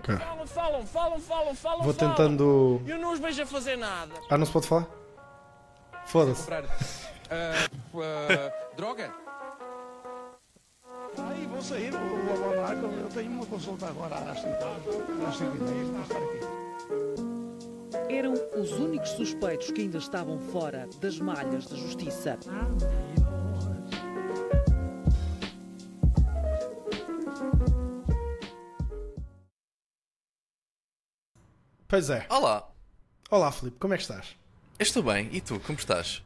Ok. Falam, falam, falam, falam, falam. Vou falam. tentando. Eu não os vejo a fazer nada. Ah, não se pode falar? Foda-se. comprar ah, ah, droga? Aí vou sair, vou, vou abandonar, que eu- eu tenho uma consulta agora às 5 às 5 e 10 vou estar aqui. Eram os únicos suspeitos que ainda estavam fora das malhas da justiça. Pois é. Olá, Olá, Filipe, como é que estás? eu estou bem. E tu, como estás?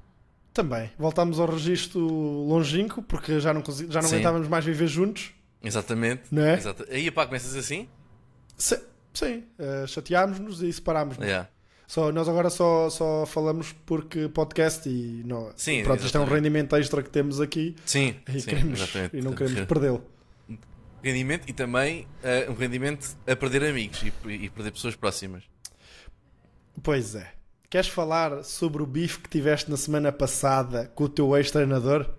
Também. Voltámos ao registro longínquo, porque já não, consi- já não Sim. aguentávamos mais viver juntos. Exatamente. Não é? Exata- Aí, pá, começas assim? Se- Sim, eh, chateámos-nos e separámos-nos. Yeah. Só, nós agora só, só falamos porque podcast e não, Sim, pronto, isto é um exatamente. rendimento extra que temos aqui Sim, e, sim, queremos- exatamente. e não Portanto, queremos perdê-lo. Rendimento e também ah, um rendimento a perder amigos e, e perder pessoas próximas. Pois é. Queres falar sobre o bife que tiveste na semana passada com o teu ex-treinador? Queres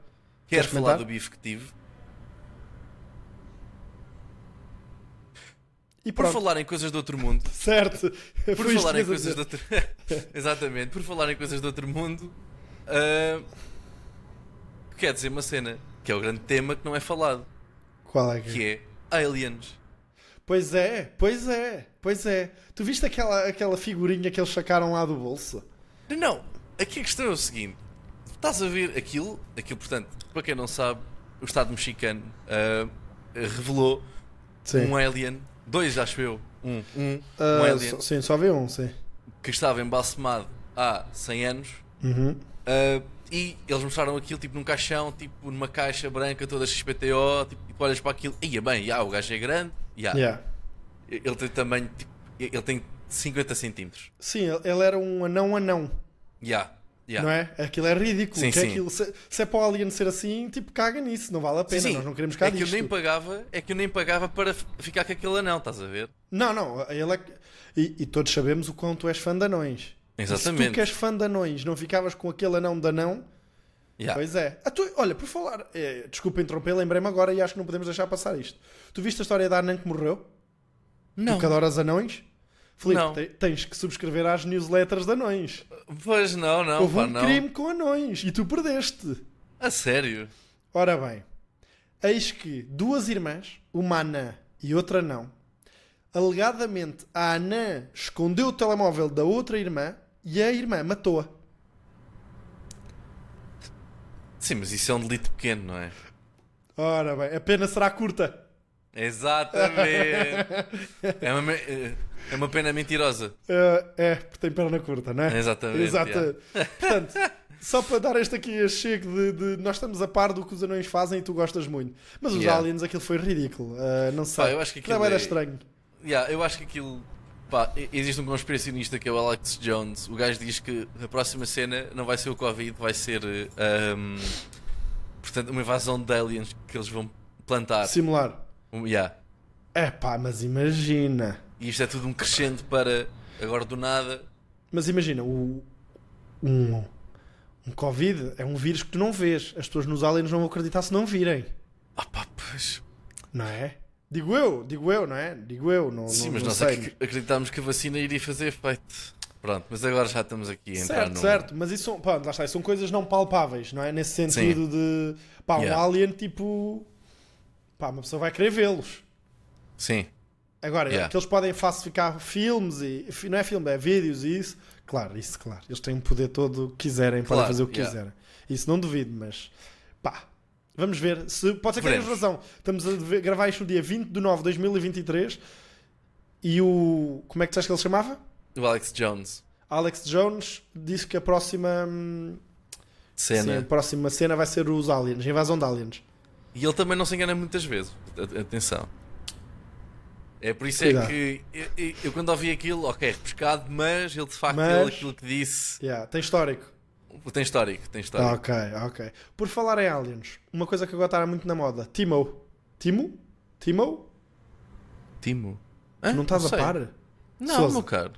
Queres falar comentar? do bife que tive? E Por pronto, falar em coisas do outro mundo. certo. Por Foi isto falar que ias em a dizer. coisas do outro... Exatamente, por falar em coisas do outro mundo. ah, Quer dizer uma cena, que é o grande tema que não é falado, Qual é que... que é aliens. Pois é, pois é, pois é. Tu viste aquela, aquela figurinha que eles sacaram lá do bolso? Não, aqui a questão é o seguinte: estás a ver aquilo, aquilo, portanto, para quem não sabe, o Estado mexicano ah, revelou um alien, dois acho eu, um, um, um Ah, alien só- sim, só vi um, sim. que estava embalsamado há 100 anos Uhum. ah, e eles mostraram aquilo tipo num caixão, tipo numa caixa branca toda XPTO, tipo, e tu olhas para aquilo, ia bem, já, o gajo é grande, já. Yeah. ele tem tamanho, tipo, ele tem 50 centímetros, Sim, ele- ele era um anão-anão, já, já. não é? Aquilo é ridículo. Sim, que é sim. aquilo- se, se é para o Alien ser assim, tipo, caga nisso, não vale a pena, nós não queremos cá é que eu disto. nem pagava, é que eu nem pagava para f- ficar com aquele anão, estás a ver? Não, não, ele é... que- E, e todos sabemos o quanto tu és fã de anões. E se tu Exatamente. que és fã de anões não ficavas com aquele anão de anão, Yeah. Pois é. Ah, tu- olha, por falar, eh, desculpa interromper, lembrei-me agora e acho que não podemos deixar passar isto. Tu viste a história da Anã que morreu? Não. Tu que adoras anões? Filipe, Não. te- tens que subscrever às newsletters de anões. Pois não, não, Houve pá, um não. crime com anões e tu perdeste. A sério. Ora bem, eis que duas irmãs, uma anã e outra não, alegadamente a anã escondeu o telemóvel da outra irmã e a irmã matou-a. Sim, mas isso é um delito pequeno, não é? Ora bem, a pena será curta. Exatamente. é, uma, me- eh, é uma pena mentirosa. Uh, é, porque tem perna curta, não é? Exatamente, Exato. Portanto, só para dar este aqui a chego de, de nós estamos a par do que os anões fazem e tu gostas muito. Mas os Yeah. aliens, aquilo foi ridículo. Uh, não sei. Pá, eu acho que Não aquilo era é- estranho. Yeah, eu acho que aquilo. Pá, e- existe um conspiracionista que é o Alex Jones. O gajo diz que a próxima cena não vai ser o Covid, vai ser. eh, ahm, portanto, uma invasão de aliens que eles vão plantar. Simular. Um, yeah. É pá, mas imagina. E isto é tudo um crescendo para agora do nada. Mas imagina, o, um, um Covid é um vírus que tu não vês. As pessoas nos aliens não vão acreditar se não virem. Ah pá, pois. Não é? Digo eu, digo eu, não é? Digo eu, não, Sim, não, mas não nós sei. ac- acreditámos que a vacina iria fazer efeito. Pronto, mas agora já estamos aqui a entrar Certo, num- certo, mas isso são, pá, lá está, isso são coisas não palpáveis, não é? Nesse sentido de pá, um Yeah. alien tipo pá, uma pessoa vai querer vê-los. Sim. Agora, Yeah. que eles podem falsificar filmes e fi- não é filme, é vídeos e isso. Claro, isso, claro. Eles têm o poder todo que quiserem, podem Claro, fazer o que yeah. quiserem. Isso não duvido, mas pá, vamos ver. Se, pode ser que tenhas Veremos. razão. Estamos a dever- gravar isto no dia 20 de 9 de 2023 e o. Como é que disseste que ele se chamava? O Alex Jones. Alex Jones disse que a próxima. hum, Sim, Cena. a próxima cena vai ser os aliens, a invasão de aliens. E ele também não se engana muitas vezes. A- Atenção. É por isso Cuidado. é que eu, eu- eu quando ouvi aquilo, ok, é repescado, mas ele de facto Mas- ele aquilo que disse. Yeah, tem histórico. Tem histórico, tem Ah, histórico. ok, ok. Por falar em aliens, uma coisa que agora está muito na moda: Timo. Timo? Timo? Timo. Ah, Tu Hã? não estás a Ah, sei. par? Não, Sousa. meu caro.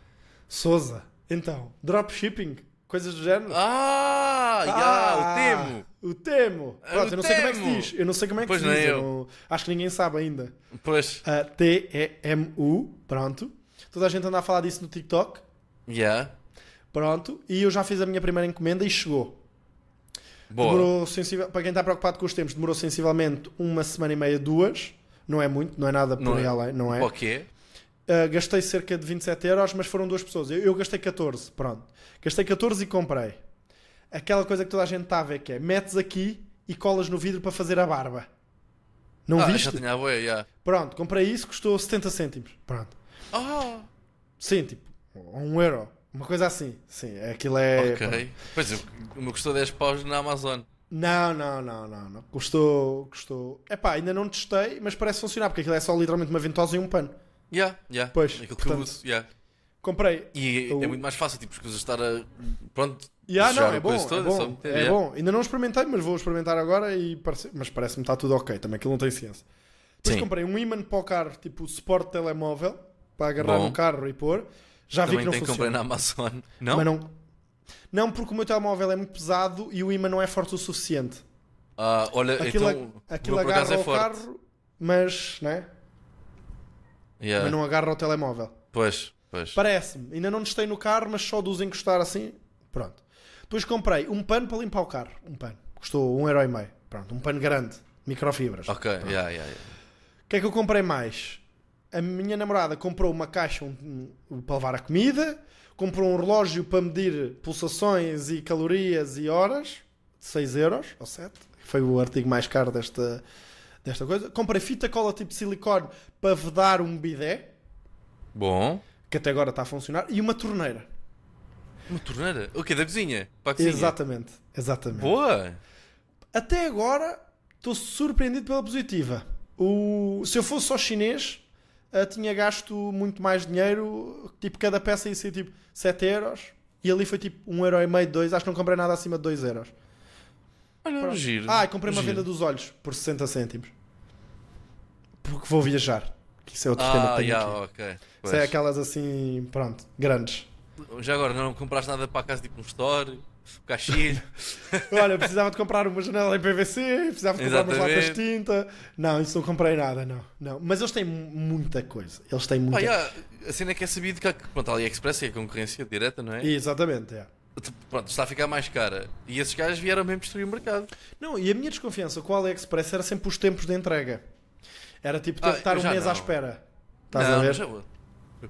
Souza. Então, dropshipping, coisas do género. Ah, já, Ah. o Timo. O Temo. Ah, Pronto, o eu não sei como é que se Temo. diz. Eu não sei como é que Pois se nem diz. eu. não- Acho que ninguém sabe ainda. Pois. Ah, T-E-M-U. Pronto. Toda a gente anda a falar disso no TikTok. Yeah. Pronto. E eu já fiz a minha primeira encomenda e chegou. Boa. Demorou sensível, para quem está preocupado com os tempos, demorou sensivelmente uma semana e meia, duas. Não é muito, não é nada por Não aí é. além, não é? Ok. Uh, gastei cerca de 27 euros, mas foram duas pessoas. Eu, eu gastei 14, pronto. Gastei 14 e comprei. Aquela coisa que toda a gente está a ver que é, metes aqui e colas no vidro para fazer a barba. Não ah, viste? já tinha a boia, yeah. Pronto, comprei isso, custou 70 cêntimos. Pronto. Ah, Sim, tipo, ou um euro. Uma coisa assim. Sim, aquilo é... pronto. ok. Pois, eu- o meu custou 10 paus na Amazon. Não, não, não, não, não. Custou, custou. Epá, ainda não testei, mas parece funcionar, porque aquilo é só literalmente uma ventosa e um pano. Yeah, yeah. Pois, Aquilo que eu portanto- uso, yeah. Comprei. E é, Eu- é muito mais fácil, tipo, as coisas estar a. Pronto. E ah, não, sujar é a bom, coisa é toda, bom, só é meter, yeah. bom. Ainda não experimentei, mas vou experimentar agora e parece... Mas parece-me que está tudo ok, também aquilo não tem ciência. Depois Sim. comprei um imã para o carro, tipo suporte de telemóvel, para agarrar Bom. no carro e pôr. Já vi Também que não tem que comprar funciona. na Amazon. Não? Mas não... não, porque o meu telemóvel é muito pesado e o imã não é forte o suficiente. Ah, olha, Aquilo, é- então. aquilo o meu por agarra acaso é ao forte. carro, mas, né? Yeah. mas não agarra ao telemóvel. Pois, pois. Parece-me. Ainda não testei no carro, mas só de os encostar assim. Pronto. Depois comprei um pano para limpar o carro. Um pano. Custou um euro e meio. Pronto. Um pano grande. Microfibras. Ok, yeah, yeah, yeah. O que é que eu comprei mais? A minha namorada comprou uma caixa um- um, para levar a comida. Comprou um relógio para medir pulsações e calorias e horas. De 6 euros ou 7. Foi o artigo mais caro desta, desta coisa. Comprei fita cola tipo silicone para vedar um bidé. Bom. Que até agora está a funcionar. E uma torneira. Uma torneira? O quê? Da cozinha? Para a cozinha? Exatamente, exatamente. é. Boa! Até agora estou surpreendido pela positiva. O... Se eu fosse só chinês, ah, tinha gasto muito mais dinheiro. Tipo, cada peça ia ser tipo 7 euros. E ali foi tipo 1,5€, 2€. Acho que não comprei nada acima de 2€. euros. Olha, um giro. Ah, e comprei uma Giro. venda dos olhos por 60 cêntimos. Porque vou viajar. Que isso é outro tema que Ah, tenho yeah, aqui. ok. Isso é Pois. aquelas assim, pronto, grandes. Já agora, não compraste nada para a casa, tipo um store, um caixilho? Olha, precisava de comprar uma janela em PVC, precisava de comprar umas latas de Exatamente. tinta. Não, isso não comprei nada, não. não. Mas eles têm mu- muita coisa. Eles têm muita Pá, yeah, a cena é que é sabido que há, pronto, a AliExpress é a concorrência direta, não é? Exatamente, é. Tipo, Pronto, está a ficar mais cara. E esses caras vieram mesmo destruir o mercado. Não, e a minha desconfiança com o AliExpress era sempre os tempos de entrega. Era tipo ter Ah, que estar eu um já mês não. à espera. Estás não, a ver? Já,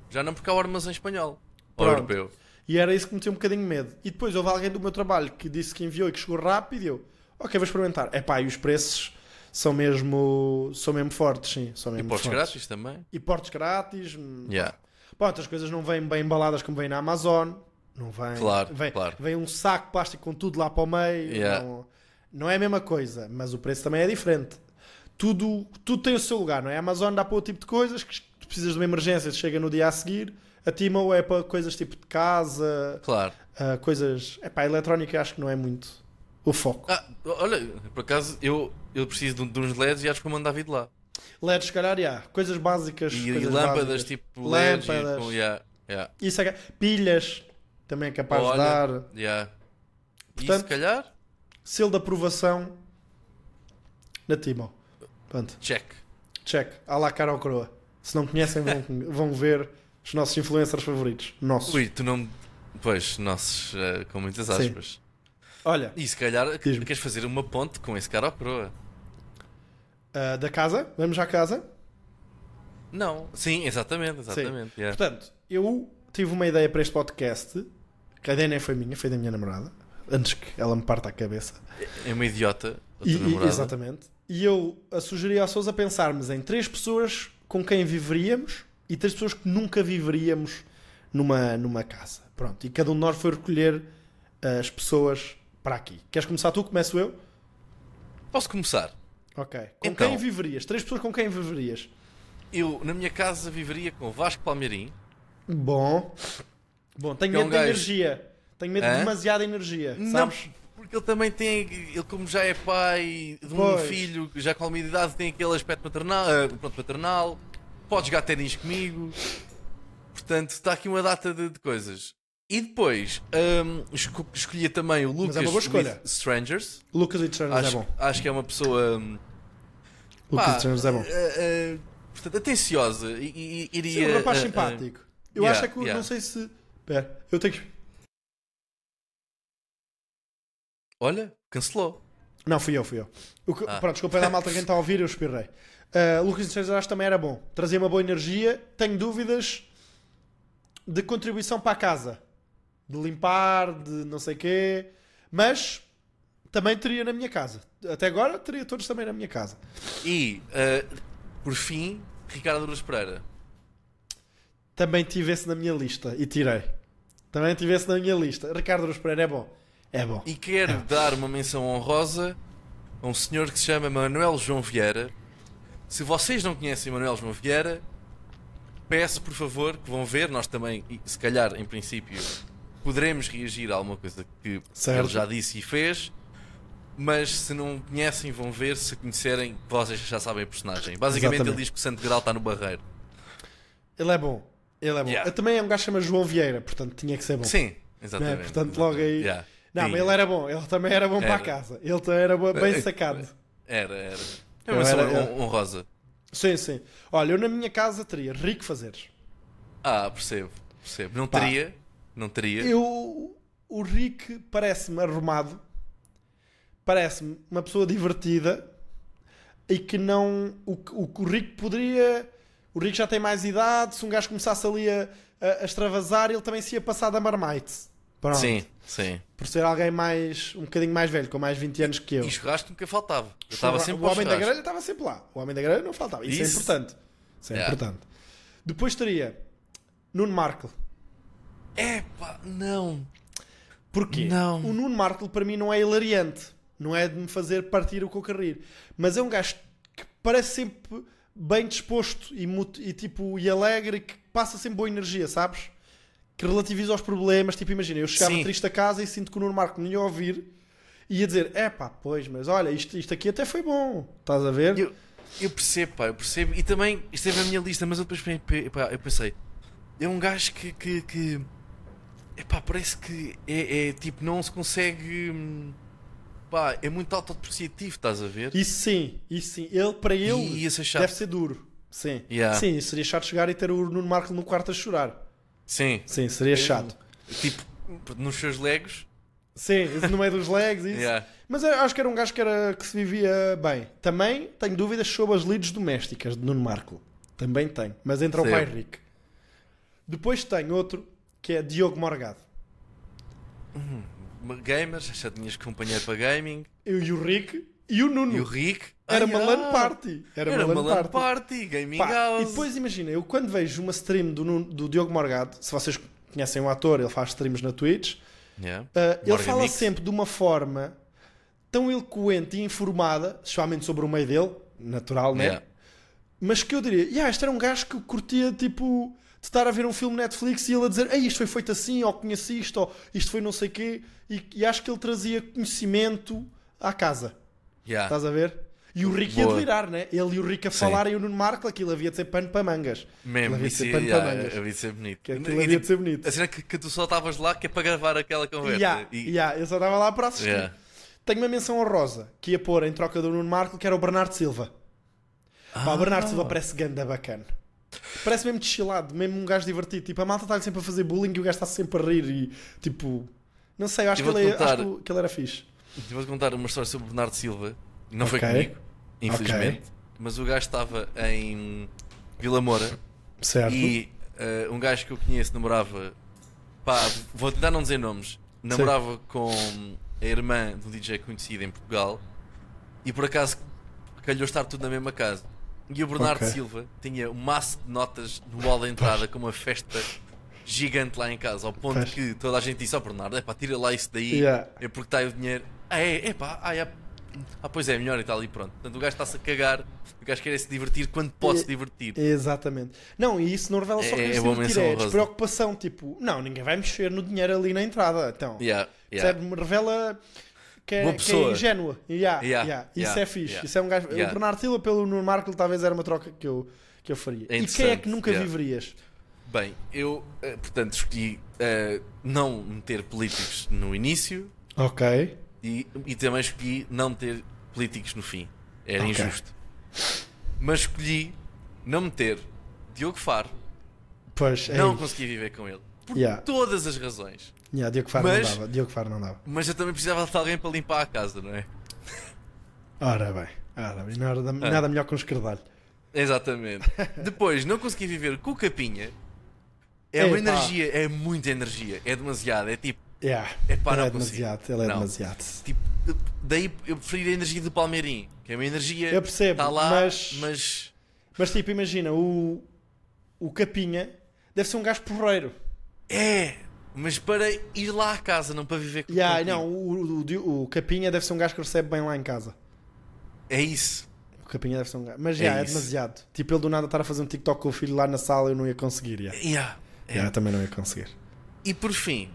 já não porque há o armazém espanhol. Ou Pronto. europeu. E era isso que me tinha um bocadinho de medo. E depois houve alguém do meu trabalho que disse que enviou e que chegou rápido e eu, ok, vou experimentar. É pá, e os preços são mesmo, são mesmo fortes, sim. São E mesmo portos fortes. grátis também. E portos grátis. hum, Yeah. Pronto, as coisas não vêm bem embaladas como vêm na Amazon. Não vêm. Claro, vem, claro. Vem um saco de plástico com tudo lá para o meio. Yeah. Não, não é a mesma coisa, mas o preço também é diferente. Tudo, tudo tem o seu lugar, não é? A Amazon dá para o tipo de coisas que tu precisas de uma emergência, chega no dia a seguir. A Timo é para coisas tipo de casa, Claro. ah, coisas. É pá, eletrónica acho que não é muito o foco. Ah, olha, por acaso eu, eu preciso de, um- de uns LEDs e acho que vou mandar vir de lá. LEDs, se calhar, yeah. coisas básicas. E, e coisas lâmpadas básicas. tipo LEDs. e Lâmpadas. com- yeah, yeah. Isso é que- Pilhas também é capaz Olha, de dar. yeah. e Portanto- se calhar, Selo de aprovação na Timo. Pronto, check. check. À la cara ou croa. Se não conhecem, vão, vão ver os nossos influencers favoritos. Nossos. Ui, tu não. me- Pois, nossos, eh, com muitas aspas. Olha, E se calhar Diz-me. queres fazer uma ponte com esse cara à proa? ah, da casa, vamos à casa. Não. Sim, exatamente, Sim. exatamente. yeah. Portanto, eu tive uma ideia para este podcast, que a ideia nem foi minha, foi da minha namorada, antes que ela me parta a cabeça. É uma idiota. a tua E- e- namorada. exatamente. E eu a sugeri ao Sousa pensarmos em três pessoas com quem viveríamos e três pessoas que nunca viveríamos numa, numa casa. Pronto. E cada um de nós foi recolher eh, as pessoas para aqui. Queres começar tu? Começo eu? Posso começar? Ok. Com Então. quem viverias? Três pessoas com quem viverias? Eu, na minha casa, viveria com Vasco Palmeirim. Bom. Bom, tenho É medo um da gajo. energia. Tenho medo Hã? de demasiada energia. Não, Sabes? porque ele também tem. Ele, como já é pai de um Pois. filho, que já com alguma idade, tem aquele aspecto paternal. eh, pronto, paternal. Pode jogar ténis comigo. Portanto, está aqui uma data de, de coisas. E depois hum, esco- escolhi também o Lucas é uma boa escolha. with Strangers. Lucas Eternals é Acho, bom. acho que é uma pessoa hum, Lucas pá, Eternals é bom. eh, eh, portanto, atenciosa. E, e- Sim, e iria, um rapaz eh, eh, simpático. Eu yeah, acho é que eu yeah. não sei se. Pera, eu tenho que. olha, cancelou. Não, fui eu, fui eu. O que- Ah. Pronto, desculpa aí da malta quem está a ouvir, eu espirrei. Uh, Lucas Eternals acho que também era bom. Trazia uma boa energia. Tenho dúvidas de contribuição para a casa. De limpar, de não sei quê. Mas também teria na minha casa. Até agora teria todos também na minha casa. E, eh, por fim, Ricardo Luz Pereira. Também tivesse na minha lista e tirei. Também tivesse na minha lista. Ricardo Ruz Pereira é bom. É bom. E quero dar uma menção honrosa a um senhor que se chama Manuel João Vieira. Se vocês não conhecem Manuel João Vieira, peço por favor que vão ver. Nós também, e se calhar, em princípio, poderemos reagir a alguma coisa que Certo. ele já disse e fez. Mas se não conhecem, vão ver. Se conhecerem, vocês já sabem a personagem. Basicamente, Exatamente. ele diz que o Santo Grau está no barreiro. Ele é bom. Ele é bom. Yeah. Eu também é um gajo que chama João Vieira, portanto tinha que ser bom. Sim, exatamente. Né? Portanto, logo aí. Yeah. Não, Sim. mas ele é- era bom. Ele também era bom para a Era. casa. Ele também era bo- bem Eh, sacado. Era, era. É Eu uma menção era- eu- hon- honrosa. Sim, sim. Olha, eu na minha casa teria Rico Fazeres. Ah, percebo, percebo. Não Pá. teria, não teria. Eu, o Rick parece-me arrumado, parece-me uma pessoa divertida e que não. O, que- o, que o Rick poderia. O Rick já tem mais idade, se um gajo começasse ali a, a- a extravasar, ele também se ia passar da Marmite. Pronto. Sim, sim. Por ser alguém mais. um bocadinho mais velho, com mais 20 anos que eu. E churrasco nunca faltava. Eu estava sempre o ao homem da churrasco. grelha estava sempre lá. O homem da grelha não faltava. Isso, é Isso. importante. Isso é Yeah. importante. Depois teria Nuno Markle. Epá, não. Porquê? Não. O Nuno Markle para mim não é hilariante. Não é de me fazer partir o cocarrir. Mas é um gajo que parece sempre bem disposto e, mu- e, tipo e alegre que passa sempre boa energia, sabes? Que relativiza os problemas. Tipo, imagina, eu chegava Sim. triste a casa e sinto que o Nuno Marco me ia ouvir e ia dizer: é pá, pois, mas olha, isto, isto aqui até foi bom. Estás a ver? Eu, eu percebo, pá, eu percebo. E também, isto esteve na minha lista, mas eu depois pe- pe- pá, eu pensei, é um gajo que. que, que epá, parece que é, é, tipo, não se consegue. hum, Pá, é muito autodepreciativo, estás a ver? Isso sim, isso sim. Ele, para ele, E ia ser é chato. deve ser duro. Sim. Yeah. Sim, seria chato chegar e ter o Nuno Marco no quarto a chorar. Sim. Sim, seria chato. Tipo, nos seus legos. Sim, isso no meio dos legs, isso. Yeah. Mas eu acho que era um gajo que, era, que se vivia bem. Também tenho dúvidas sobre as lides domésticas de Nuno Marco. Também tenho. Mas entra o Sim. pai Rick. Depois tenho outro que é Diogo Morgado. Gamers, já tinhas companheiro para gaming. Eu e o Rick e o Nuno. E o Rick. Era Ah, uma yeah. LAN party. Era, Era, uma LAN party. party, gaming Pá, house. e depois imagina, eu quando vejo uma stream do, Nuno- do Diogo Morgado, se vocês conhecem o ator, ele faz streams na Twitch, Yeah. ah, ele Morgan fala Mix. sempre de uma forma tão eloquente e informada, especialmente sobre o meio dele, natural, né? Yeah. Mas que eu diria, yeah, este era um gajo que curtia tipo de estar a ver um filme Netflix e ele a dizer, Ei, isto foi feito assim, ou conheci isto, ou isto foi não sei quê, e, e acho que ele trazia conhecimento à casa. Yeah. Estás a ver? E o Rick ia Boa. delirar, né? Ele e o Rick a Sim. falarem e o Nuno Marco, aquilo havia de ser pano para mangas. Aquilo Mesmo, havia de isso ser ia- pano para yeah, mangas. havia de ser bonito. Que aquilo E, tipo, havia de ser bonito. A cena é que, que tu só estavas lá que é para gravar aquela conversa. Yeah, E- yeah, eu só estava lá para assistir. Yeah. Tenho uma menção honrosa que ia pôr em troca do Nuno Marco, que era o Bernardo Silva. Pá, o Bernardo Ah. Silva parece ganda bacana. Parece mesmo deschilado, mesmo um gajo divertido. Tipo, a malta está sempre a fazer bullying e o gajo está sempre a rir e tipo. Não sei, eu acho, E que vou-te ele, é- acho contar- que o- que ele era fixe. E Vou-te contar uma história sobre o Bernardo Silva. Não foi Ok. comigo, infelizmente. Mas o gajo estava em Vila Moura Certo. e eh, um gajo que eu conheço namorava. Pá, vou tentar não dizer nomes. Namorava com a irmã de um DJ conhecido em Portugal e por acaso calhou estar tudo na mesma casa. E o Bernardo Ok. Silva tinha um maço de notas no hall da entrada com uma festa gigante lá em casa, ao ponto Pois. que toda a gente disse: Ó Bernardo, é pá, tira lá isso daí, Yeah. é porque está aí o dinheiro. Ah, é, é pá, ah, é, ah, pois é, melhor e tal, e pronto. Portanto, o gajo está-se a cagar, o gajo quer é se divertir quando pode se E- divertir. Exatamente. Não, e isso não revela só É- que é é, uma menção é honrosa. despreocupação. Tipo, não, ninguém vai mexer no dinheiro ali na entrada. Então, Yeah, yeah. percebe? Revela que é, Boa que é pessoa. ingênua. Yeah, Yeah, yeah. Isso yeah, é fixe. yeah. Isso é um gajo. Yeah. O Bernardo Silva pelo Nuno Marco talvez era uma troca que eu, que eu faria. É e quem é interessante, que nunca yeah. viverias? Bem, eu, eh, portanto, escolhi eh, não meter políticos no início Ok. e, e também escolhi não meter políticos no fim. Era Ok. injusto. Mas escolhi não meter Diogo Faro. Pois, é não isso. consegui viver com ele. Por Yeah. todas as razões. Yeah, Diogo Faro Mas- não dava. Diogo Faro não dava. Mas eu também precisava de alguém para limpar a casa, não é? Ora bem, ora bem. Ah. Nada, nada melhor que um escardalho. Exatamente. Depois, não consegui viver com o Capinha. É uma Epá. energia, é muita energia. É demasiado. É tipo, Yeah. Epá, ele não é consigo. demasiado. Ele é Não. demasiado. tipo, daí eu preferi a energia do Palmeirim, que é uma energia. Eu percebo, tá lá, mas- mas Mas tipo, imagina, o, o Capinha deve ser um gajo porreiro. é, mas para ir lá à casa, não para viver com Yeah, contigo. não, o, o, Di- o Capinha deve ser um gajo que recebe bem lá em casa. É isso. O Capinha deve ser um gajo. Mas É já, é, isso. demasiado. Tipo, ele do nada estar a fazer um TikTok com o filho lá na sala, eu não ia conseguir. Yeah. Yeah. É. Yeah, eu também não ia conseguir. E por fim,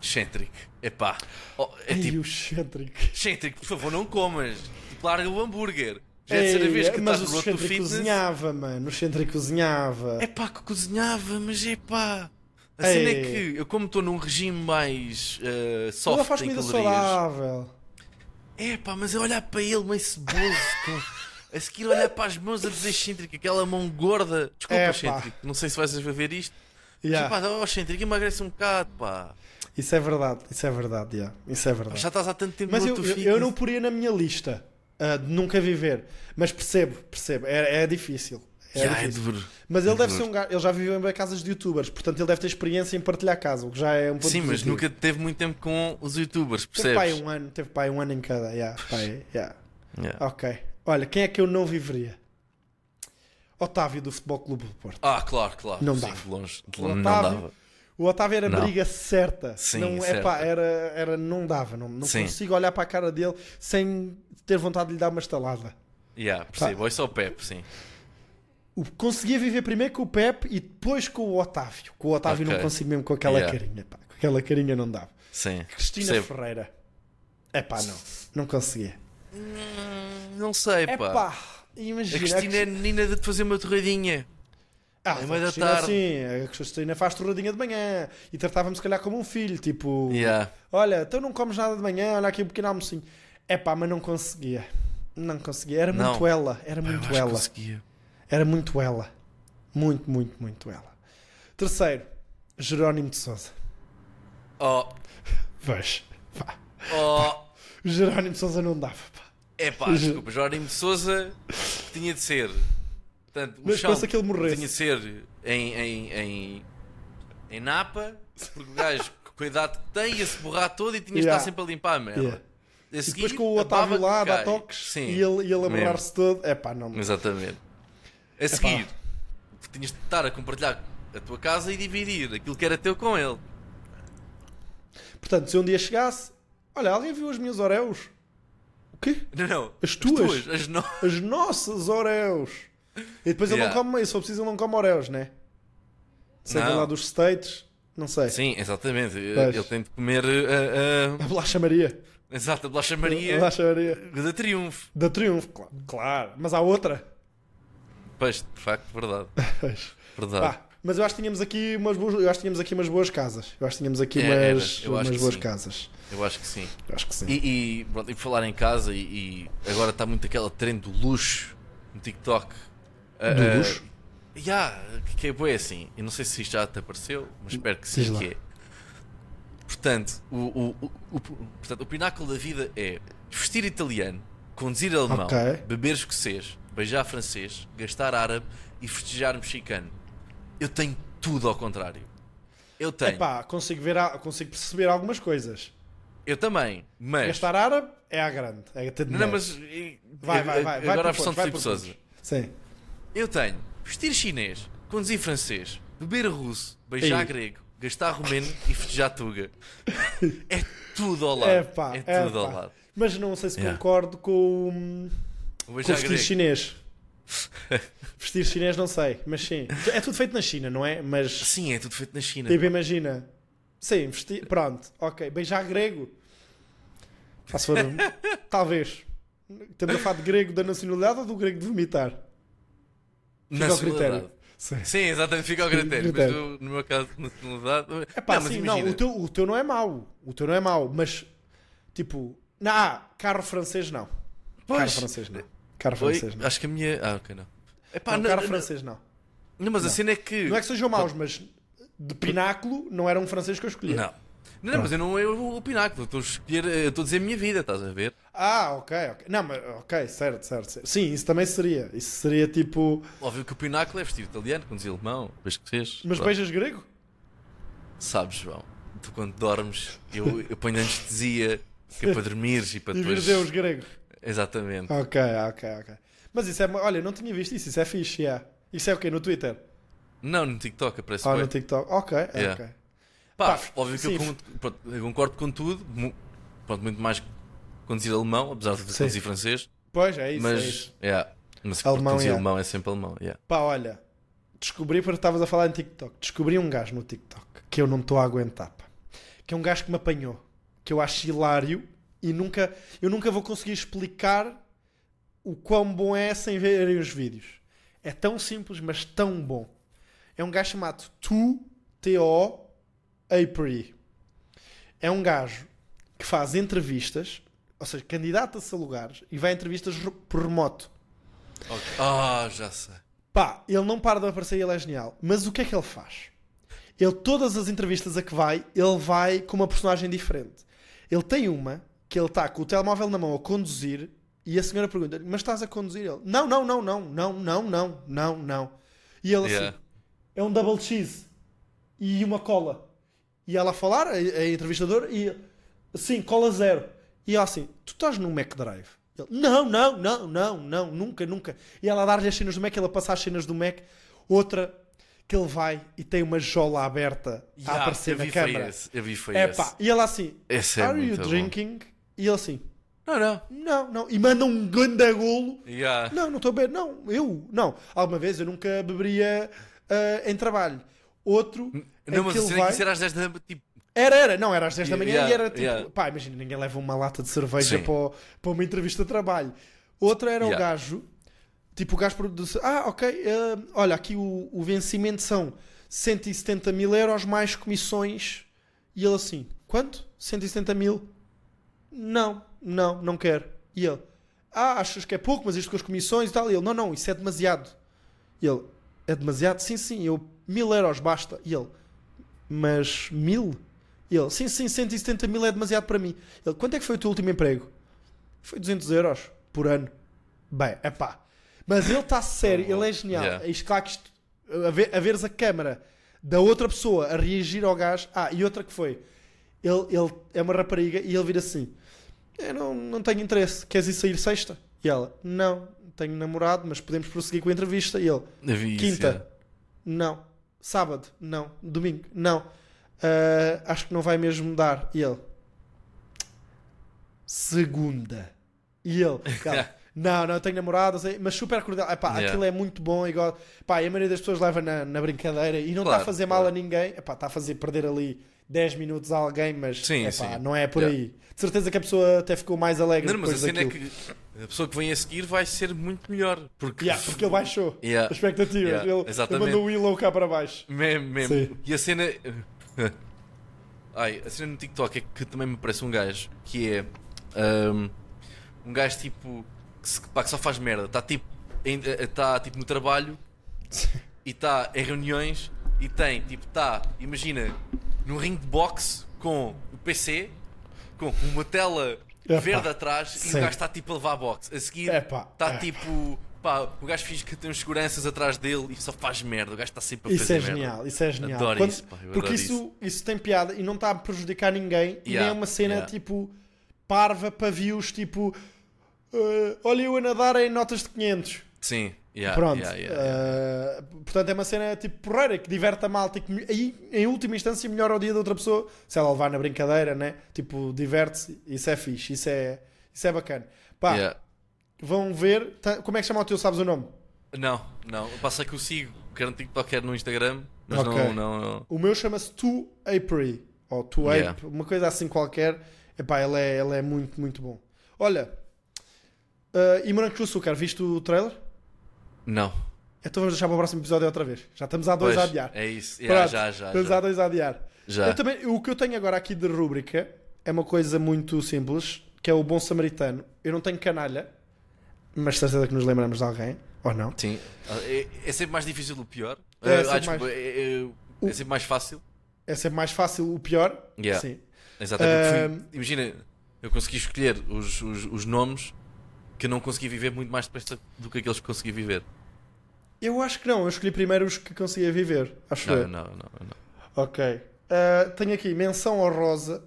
Centric. Epá. Oh, é E tipo, o Centric. Centric, por favor, não comas. Tipo, larga o hambúrguer. Já é a Ei, terceira vez que mas estás o no outro Centric fitness. cozinhava, mano. O Centric cozinhava. É pá, que cozinhava, mas é pá. A Ei. cena é que eu, como estou num regime mais eh, Ele soft faz em comida calorias, saudável. é pá, mas eu olhar para ele meio ceboso, com... a seguir olhar para as mãos a dizer excêntrico, aquela mão gorda. Desculpa, É, pá. excêntrico, não sei se vais ver isto. Yeah, Mas, pá, ó, excêntrico, emagrece um bocado, pá. Isso é verdade, isso é verdade. yeah, Isso é verdade. Já estás há tanto tempo Mas no eu, outro eu, fitness. eu não poria na minha lista ah, de nunca viver. Mas percebo, percebo. É, é difícil. É Já, é difícil. duro. Mas ele é deve duro. ser um gajo. Ele já viveu em bem casas de youtubers, portanto ele deve ter experiência em partilhar casa, o que já é um ponto Sim, mas positivo. nunca teve muito tempo com os youtubers, Teve pai percebes? um ano, teve pai um ano em cada. Yeah, pai, yeah. Yeah. Ok. Olha, quem é que eu não viveria? Otávio do Futebol Clube do Porto. Ah, claro, claro. Não Sim, dava. de longe, de O longe não Otávio- dava. O Otávio era a Não. briga certa. Sim, não, certa. epá, era, era, não dava. Não, não Sim. consigo olhar para a cara dele sem ter vontade de lhe dar uma estalada. Yeah, percebo, isso é o Pepe, sim. O- conseguia viver primeiro com o Pepe e depois com o Otávio. Com o Otávio Ok. não consigo mesmo com aquela Yeah. carinha. pá. Com aquela carinha não dava. Sim. Cristina percebo. Ferreira. É pá, não. Não conseguia. Não sei, É pá. pá. A Imagina. Cristina é a menina de te fazer uma torradinha. Ah, é a meio da Cristina, tarde. Sim, a Cristina faz torradinha de manhã e tratava-me se calhar como um filho. Tipo, Yeah. olha, então não comes nada de manhã, olha aqui um pequeno almocinho. É pá, mas não conseguia. Não conseguia. Era Não. muito ela. Era Eu acho muito que ela. conseguia. Era muito ela. Muito, muito, muito ela. Terceiro, Jerónimo de Souza. Oh, Vejo. Pá. oh. O Jerónimo de Souza não dava. Pá. É pá, Uhum. desculpa. Jorginho de Souza tinha de ser. Portanto, o Mas chão pensa que ele morresse. Tinha de ser em, em, em, em Napa, porque o gajo, com a idade que tem, ia se borrar todo e tinha de Yeah. estar sempre a limpar a merda. Yeah. A E seguir, depois com o a baba Otávio lá a que dar cai. toques Sim, e ele, e ele a mesmo. borrar-se todo. É pá, não. Exatamente. A seguir, tinhas de estar a compartilhar a tua casa e dividir aquilo que era teu com ele. Portanto, se um dia chegasse, olha, alguém viu as minhas Oreos? O quê? Não, não. As tuas? As, as no... As nossas Oreos! E depois ele Yeah. não come meio, só precisa ele não come Oreos, né? Sei Não. lá dos States, não sei. Sim, exatamente. Pois. Ele tem de comer a, A Bolacha Maria. exato, a Blacha A Maria Bolacha Maria. da é Triunfo. Da Triunfo, claro. claro. Mas há outra. Pois, de facto, verdade. Pois. verdade. Pá, mas eu acho que tínhamos aqui umas boas, eu acho que tínhamos aqui umas boas casas. Eu acho que tínhamos aqui É, era. umas, Eu acho umas que boas sim. casas. Eu acho que sim. Eu acho que sim. E, e, pronto, e por falar em casa, e, e agora está muito aquela trend do luxo no TikTok. Ah, Do ah, luxo? Ya, que- que é boa assim. Eu não sei se isto já te apareceu, mas espero que Diz sim. lá. Que é. Portanto, o, o, o, o- portanto, o pináculo da vida é vestir italiano, conduzir alemão, Ok. beber escocês, beijar francês, gastar árabe e festejar mexicano. Eu tenho tudo ao contrário. Eu tenho. Epá, consigo, ver, a- consigo perceber algumas coisas. Eu também. Mas. Gastar árabe é à grande. É ter Não, dinheiro. mas. e- Vai, vai, vai. vai Agora a por versão de Filipe pontos, vai por Souza. pontos. Sim. Eu tenho vestir chinês, conduzir francês, beber russo, beijar Ei. grego, gastar romeno e festejar tuga. É tudo ao lado. É pá, é tudo é ao pá. lado. Mas não sei se Yeah. concordo com, O com beijar vestir grego. chinês. vestir chinês não sei, mas sim. É tudo feito na China, não é? Mas Sim, é tudo feito na China. tipo, imagina. Sim, vestir. Pronto, ok. Beijar grego. Ah, se for- Talvez. Estamos a falar de grego da nacionalidade ou do grego de vomitar? Fica ao critério. Nacionalidade. Sim. Sim, exatamente, fica ao critério. Mas Critério. eu, no meu caso, na tonalidade. É pá, não, mas sim, não, imagina. o teu, o teu não é mau. O teu não é mau, mas tipo, não, ah, carro francês não. Carro Pois, francês não. Carro Oi? francês não. é? Acho que a minha. Ah, ok, não. É pá, não, não, carro não, francês não. não, mas a cena é que. Não é que sejam maus, mas de pináculo não era um francês que eu escolhi. Não. Não, não, mas eu não eu, o pináculo, eu estou a escolher, eu estou a dizer a minha vida, estás a ver? Ah, ok, ok. Não, mas ok, certo, certo, certo. Sim, isso também seria. Isso seria tipo. Óbvio que o pináculo é vestido italiano, conduzir alemão, depois que fez. Mas Pronto. beijas grego? Sabes, João, tu quando dormes, eu, eu ponho anestesia que é para dormires e para E vir depois. Deus Ah. grego. Exatamente. Ok, ok, ok. Mas isso é. Olha, eu não tinha visto isso. Isso é fixe, yeah. Isso é o quê? No Twitter? Não, no TikTok aparece. Ah, bué. no TikTok. Ok, Yeah. ok. Pá, Pá, óbvio que eu, sim. con- pronto, eu concordo com tudo, mu- pronto, muito mais que conduzir alemão, apesar de Sim. conduzir francês, Pois é isso. é isso. mas, yeah, mas Alemão, conduzir yeah. alemão é sempre alemão. Yeah. Pá, olha, descobri porque estavas a falar em TikTok. Descobri um gajo no TikTok que eu não estou a aguentar, pá. Que é um gajo que me apanhou, que eu acho hilário e nunca, eu nunca vou conseguir explicar o quão bom é sem verem os vídeos. É tão simples, mas tão bom. É um gajo chamado Tu T.O. Apri. É um gajo que faz entrevistas, ou seja, candidata-se a lugares e vai a entrevistas re- por remoto. Ok. Ah, já sei. Pá, ele não para de aparecer e ele é genial. Mas o que é que ele faz? Ele, todas as entrevistas a que vai, ele vai com uma personagem diferente. Ele tem uma que ele está com o telemóvel na mão a conduzir e a senhora pergunta-lhe: Mas estás a conduzir? Ele: Não, não, não, não, não, não, não, não, não. E ele Yeah. assim: É um double cheese e uma cola. E ela a falar, a, a entrevistadora, e sim, cola zero. E ela assim, tu estás no Mac Drive? Ele, não, não, não, não, não, nunca, nunca. E ela a dar-lhe as cenas do Mac, ele a passar as cenas do Mac. Outra, que ele vai e tem uma jola aberta a Yeah, aparecer eu vi na foi câmara. esse, eu vi foi É esse. pá, e ela assim, Esse é are you muito bom. drinking? E ele assim, Não, não. não, não. E manda um ganda golo Yeah. não, não estou a beber. Não, eu, não. Alguma vez eu nunca beberia ah, em trabalho. Outro. em Não, mas que a ele cena é que vai... isso era às 10 da tipo, Era, era. Não, era às 10 da manhã Yeah, e era tipo. yeah. Pá, imagina, ninguém leva uma lata de cerveja Sim. para, o- para uma entrevista de trabalho. Outra era o Yeah. gajo. Tipo, o gajo produz. Ah, ok. ah, olha, aqui o, o vencimento são 170 mil euros mais comissões. E ele assim: quanto? 170 mil? Não, não, não quero. E ele: Ah, achas que é pouco, mas isto com as comissões e tal. E ele: Não, não, isso é demasiado. E ele: É demasiado? Sim, sim, eu mil euros basta. E ele: Mas mil? E ele: Sim, sim, 170 mil é demasiado para mim. Ele: Quanto é que foi o teu último emprego? Foi 200 euros por ano. Bem, é pá. Mas ele está sério, ele é genial. Yeah. Isto, claro que isto, a, ver, a veres a câmara da outra pessoa a reagir ao gajo. Ah, e outra que foi: ele, ele é uma rapariga e ele vira assim: Eu não, não tenho interesse, queres ir sair sexta? E ela: Não, tenho namorado, mas podemos prosseguir com a entrevista. E ele: eu vi isso, é. Quinta, yeah. não. Sábado, não. Domingo, não. Ah, acho que não vai mesmo dar. E ele. Segunda. E ele. ela, não, não, eu tenho namorada, sei", mas super cordial. Epá, Yeah. Aquilo é muito bom. Igual, Epá, e a maioria das pessoas leva na, na brincadeira e não está Claro, a fazer mal claro. a ninguém. Epá, está a fazer perder ali 10 minutos a alguém, mas Sim, epá, sim. não é por Yeah. aí. De certeza que a pessoa até ficou mais alegre Não, mas a depois cena daquilo. é que a pessoa que vem a seguir vai ser muito melhor. Porque, Yeah, porque ele baixou Yeah. as expectativas. Yeah, Ele- ele exatamente. mandou o Willow cá para baixo. Mesmo, mesmo. Sim. E a cena. Ai, a cena no TikTok é que também me parece um gajo que é. ahm, Um, gajo tipo. Que, se- pá, que só faz merda. Está tipo. Está tipo no trabalho e está em reuniões e tem, tipo, está, imagina, num ring de boxe com o PC, com uma tela Epá, verde atrás e sim. o gajo está tipo a levar a boxe. A seguir Epá, Ah. está epá. tipo. Pá, o gajo finge que tem uns seguranças atrás dele e só faz merda. O gajo está sempre a Isso fazer é merda. genial, isso é genial. Adoro Quando- isso, pá, eu porque adoro isso, isso. tem piada e não está a prejudicar ninguém. E nem é Yeah, uma cena yeah. tipo parva para views, tipo eh, olha eu a nadar em notas de 500. Sim, yeah, Pronto. Ah, yeah, yeah, yeah. Eh, portanto, é uma cena tipo porreira que diverte a malta e que me- aí, em última instância, melhora o dia da outra pessoa se ela levar na brincadeira, né? Tipo, diverte-se. Isso é fixe, isso é, isso é bacana. Pá, Yeah. vão ver. tá- como é que chama o teu? Sabes o nome? Não, não. Passa que eu sigo, quer no TikTok, quer no Instagram, mas Ok. não, não, não. O meu chama-se Tu Apery, ou Tu Ape, Yeah. uma coisa assim qualquer. Epá, ele é, ele é muito, muito bom. eh, Olha, ah, e Morangos com Açúcar, viste o trailer? Não. Então vamos deixar para o próximo episódio outra vez. Já estamos há dois Pois, a adiar. É isso. Yeah, Pronto, já, já. Estamos já. há dois a adiar. Já. Eu também, o que eu tenho agora aqui de rúbrica é uma coisa muito simples, que é o bom samaritano. Eu não tenho canalha, mas certeza que nos lembramos de alguém, ou não. Sim. É, é sempre mais difícil o pior. É, Ah, é sempre desculpa, mais- é- é- é sempre mais fácil. É sempre mais fácil o pior. Yeah. Sim. Exatamente. Ehm. porque fui- Imagina, eu consegui escolher os, os, os nomes que não consegui viver muito mais depressa do que aqueles que consegui viver. Eu acho que não, eu escolhi primeiro os que conseguia viver. Acho Não, eu. não, não. não. Ok. Ah, tenho aqui menção honrosa,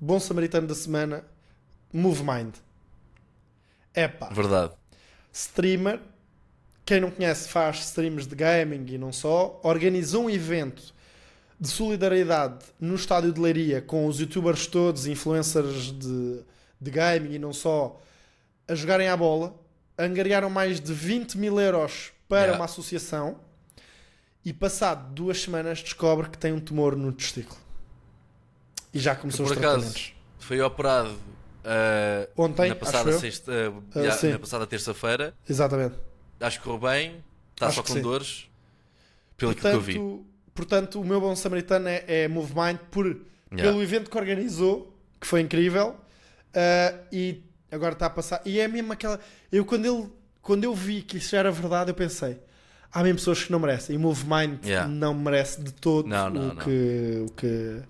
bom samaritano da semana, Move Mind. Epá. Verdade. streamer. Quem não conhece faz streams de gaming e não só. Organizou um evento de solidariedade no estádio de Leiria com os youtubers todos, influencers de, de gaming e não só, a jogarem à bola. Angariaram mais de 20 mil euros para Yeah. uma associação e, passado duas semanas, descobre que tem um tumor no testículo. E já começou por os acaso, tratamentos. Foi operado ah, Ontem, na passada, acho eu. sexta, ah, já, sim. na passada terça-feira. Exatamente. Acho que correu bem. Está Acho só que com sim. dores. Pelo portanto, que eu vi. portanto, o meu bom samaritano é, é Move Mind por, pelo evento que organizou, que foi incrível, ah, e agora está a passar. E é mesmo aquela. Eu quando, ele, quando eu vi que isso já era verdade, eu pensei. Há mesmo pessoas que não merecem. E Move Mind Yeah. não merece de todo Não, não, o, não. Que, o, que,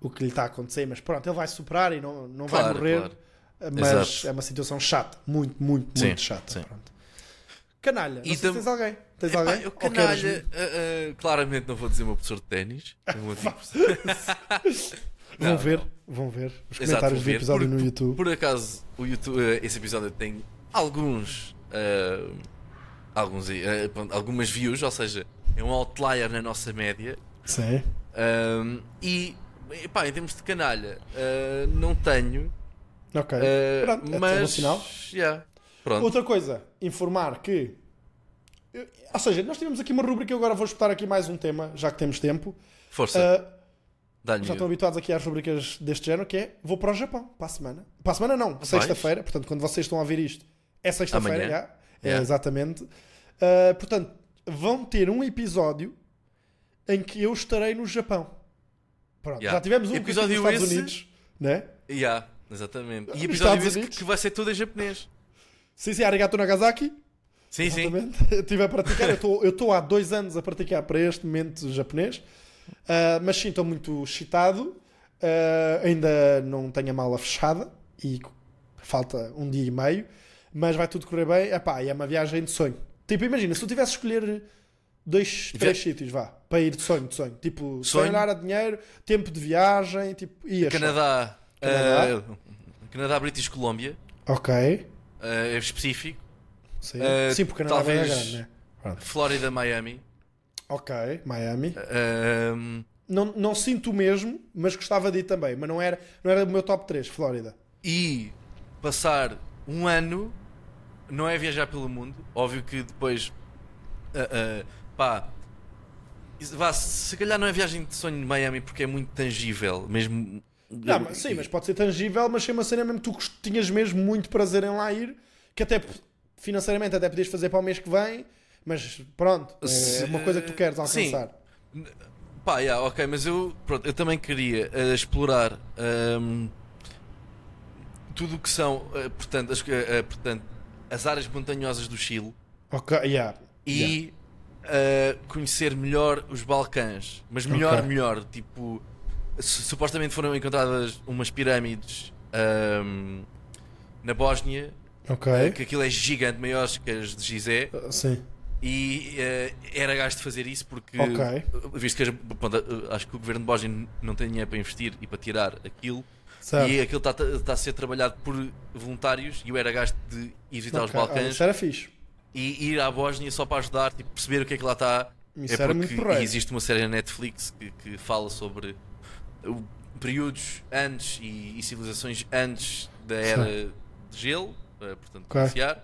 o que lhe está a acontecer. Mas pronto, ele vai superar e não, não vai Claro, morrer. claro. Mas Exato. é uma situação chata. Muito, muito, Sim, muito chata. sim. Pronto. Canalha. Não E sei se tam- tens alguém. Tens Epá, alguém? eu Ou queres- canalha, ah, ah, claramente não vou dizer o meu professor de ténis. Eu vou dizer- Vão Não, ver, não. vão ver os Exato, comentários vou do ver. episódio Por- no YouTube. Por acaso, o YouTube, eh, esse episódio tem alguns. eh, alguns eh, pronto, algumas views, ou seja, é um outlier na nossa média. Sim. Ahm, e, epá, em termos de canalha, eh, não tenho. Ok. eh, Pronto, mas. é um bom sinal. yeah, pronto. Outra coisa, informar que. eu- Ou seja, nós tivemos aqui uma rubrica, eu agora vou espetar aqui mais um tema, já que temos tempo. Força, Ah, dá-lhe. já estão habituados aqui às rubricas deste género, que é vou para o Japão, para a semana. Para a semana Ah, não, sexta-feira, portanto, quando vocês estão a ouvir isto, é sexta-feira, Amanhã. já. É, Yeah. exatamente. Ah, portanto, vão ter um episódio em que eu estarei no Japão. Pronto, Yeah. já tivemos um Episódio episódio nos Estados esse- Unidos, né? Yeah, exatamente. E Nos episódio Estados esse que, Unidos? que vai ser todo em japonês. Sim, sim, Arigato Nagasaki. Sim, sim. Exatamente. Eu estive a praticar, eu estou- eu estou há dois anos a praticar para este momento japonês, Ah, mas sim, estou muito excitado. Ah, ainda não tenho a mala fechada e falta um dia e meio, mas vai tudo correr bem. Epá, e é uma viagem de sonho. Tipo, imagina, se eu tivesse de escolher dois, três sítios, vá, para ir de sonho, de sonho. Tipo, Sonho? sonhar a dinheiro, tempo de viagem, tipo, ia. Canadá. Canadá. eh, Canadá, British Colômbia. Ok. eh, específico. Sim, Ah, sim porque não talvez... é talvez- grande, né? Pronto. Flórida, Miami. Eh, Ok, Miami. Ahm, não, não sinto o mesmo, mas gostava de ir também. Mas não era, não era o meu top 3, Flórida. e passar um ano não é viajar pelo mundo. Óbvio que depois. ah, ah, pá. isso- Vá, se calhar não é viagem de sonho de Miami porque é muito tangível. Mesmo. Não, mas- sim, mas pode ser tangível, mas sem uma cena mesmo que tu gost- tinhas mesmo muito prazer em lá ir, que até p- financeiramente até podias fazer para o mês que vem, mas pronto, é Se- uma coisa que tu queres alcançar. Pá, yeah, ok, mas eu, pronto, eu também queria eh, explorar ahm, tudo o que são, eh, portanto, as, eh, eh, portanto, as áreas montanhosas do Chile. Ok, yeah. yeah. e uh, conhecer melhor os Balcãs. Mas melhor, Ok. melhor. Tipo, su- supostamente foram encontradas umas pirâmides ahm, na Bósnia, Ok, que aquilo é gigante, maiores que as de Gizé, Ah, sim. e eh, era gasto de fazer isso porque, Ok. visto que as- pronto, eh, acho que o governo de Bósnia não tem dinheiro para investir e para tirar aquilo. Certo. E aquilo está a ser trabalhado por voluntários e eu era gasto de ir visitar os Ok, olha, Balcãs Isso era fixe. e ir à Bósnia só para ajudar, tipo, perceber o que é que lá está. Isso é era porque muito porreiro. existe uma série na Netflix que, que fala sobre o- períodos antes e, e civilizações antes da era de gelo, eh, portanto, Ok. glaciar,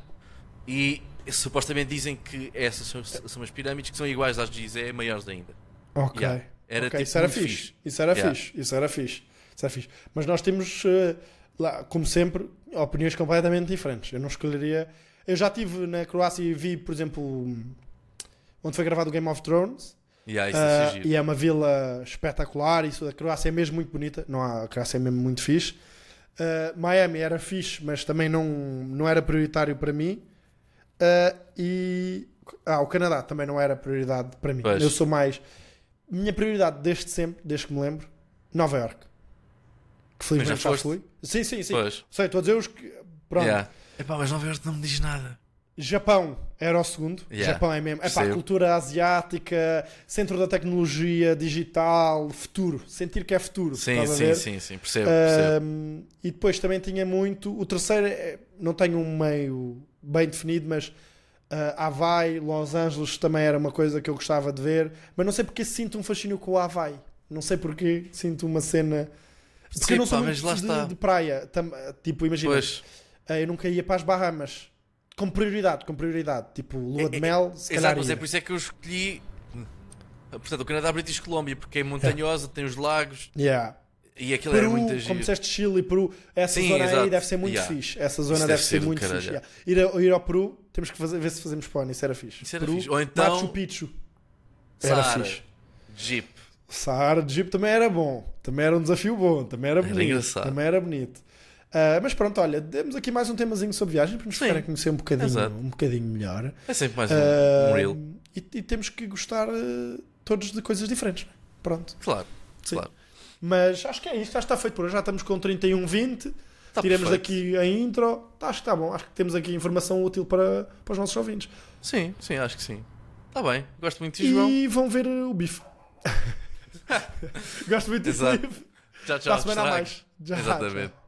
e supostamente dizem que essas são, são as pirâmides que são iguais às de Gizé, maiores ainda. Ok. Yeah. Era Ok, tipo isso era muito fixe. fixe. Isso era Yeah. fixe. Isso era fixe. Isso era fixe. Mas nós temos, eh, lá, como sempre, opiniões completamente diferentes. Eu não escolheria. Eu já estive na Croácia e vi, por exemplo, hum, onde foi gravado o Game of Thrones. Yeah, isso Ah, é giro. e é uma vila espetacular. Isso, a Croácia é mesmo muito bonita. Não há, a Croácia é mesmo muito fixe. Ah, Miami era fixe, mas também não, não era prioritário para mim. Ah, e ah, o Canadá também não era prioridade para mim. Pois. Eu sou mais. Minha prioridade desde sempre, desde que me lembro, Nova York. Que felizmente já já, foste? fui. Sim, sim, sim. Pois. Sei, estou a dizer os que. Pronto. Yeah. Epá, mas Nova Iorque não me diz nada. Japão era o segundo. Yeah. Japão é mesmo. Epá, Percebo. cultura asiática, centro da tecnologia digital, futuro. Sentir que é futuro. Sim, estás a sim, ver? Ah, sim, sim, percebo, percebo. Ahm, e depois também tinha muito. O terceiro, é- não tenho um meio bem definido, mas ah, Havaí, Los Angeles também era uma coisa que eu gostava de ver. Mas não sei porque sinto um fascínio com o Havaí. Não sei porque sinto uma cena. Porque Sim, eu não sou pá, muito mas lá de, está. de praia. Tam- tipo, imagina. Pois, Ah, eu nunca ia para as Bahamas. Com prioridade, com prioridade. Tipo, lua de É, é, mel, se calhar exato, mas ia. é por isso é que eu escolhi. hum, Portanto, o Canadá, British Colômbia, porque é montanhosa, tem os lagos Yeah. e aquilo era Peru, muito como giro. disseste, Chile e Peru, essa Sim, zona aí exato. deve ser muito Yeah. fixe. Essa zona Isso deve, deve ser ser do muito caralho, fixe. yeah. Ir, a- ir ao Peru, temos que fazer- ver se fazemos plano. Isso era fixe. Isso era Peru, fixe. Ou então- Machu Picchu. Era Saara, fixe. Jeep. Saara de Egito também era bom. Também era um desafio bom. Também era Era bonito. engraçado. Também era bonito. Ah, mas pronto, olha, demos aqui mais um temazinho sobre viagens para nos Sim. ficarem a conhecer um bocadinho, Exato. um bocadinho melhor. É sempre mais um, um Ah, reel. e, e temos que gostar eh, todos de coisas diferentes. é? Pronto. Claro, Sim. claro. Mas acho que é isto, acho que está feito por hoje. Já estamos com 31,20. Tá Tiramos perfeito. daqui a intro. Tá, acho que está bom. Acho que temos aqui informação útil para, para os nossos ouvintes. Sim, sim, acho que sim. Está bem, gosto muito de ti, João. E vão ver eh, o bife. Gosto muito desse Exato. livro. Tchau, tchau. Para a semana a estraga. mais. Já, Exatamente. tchau.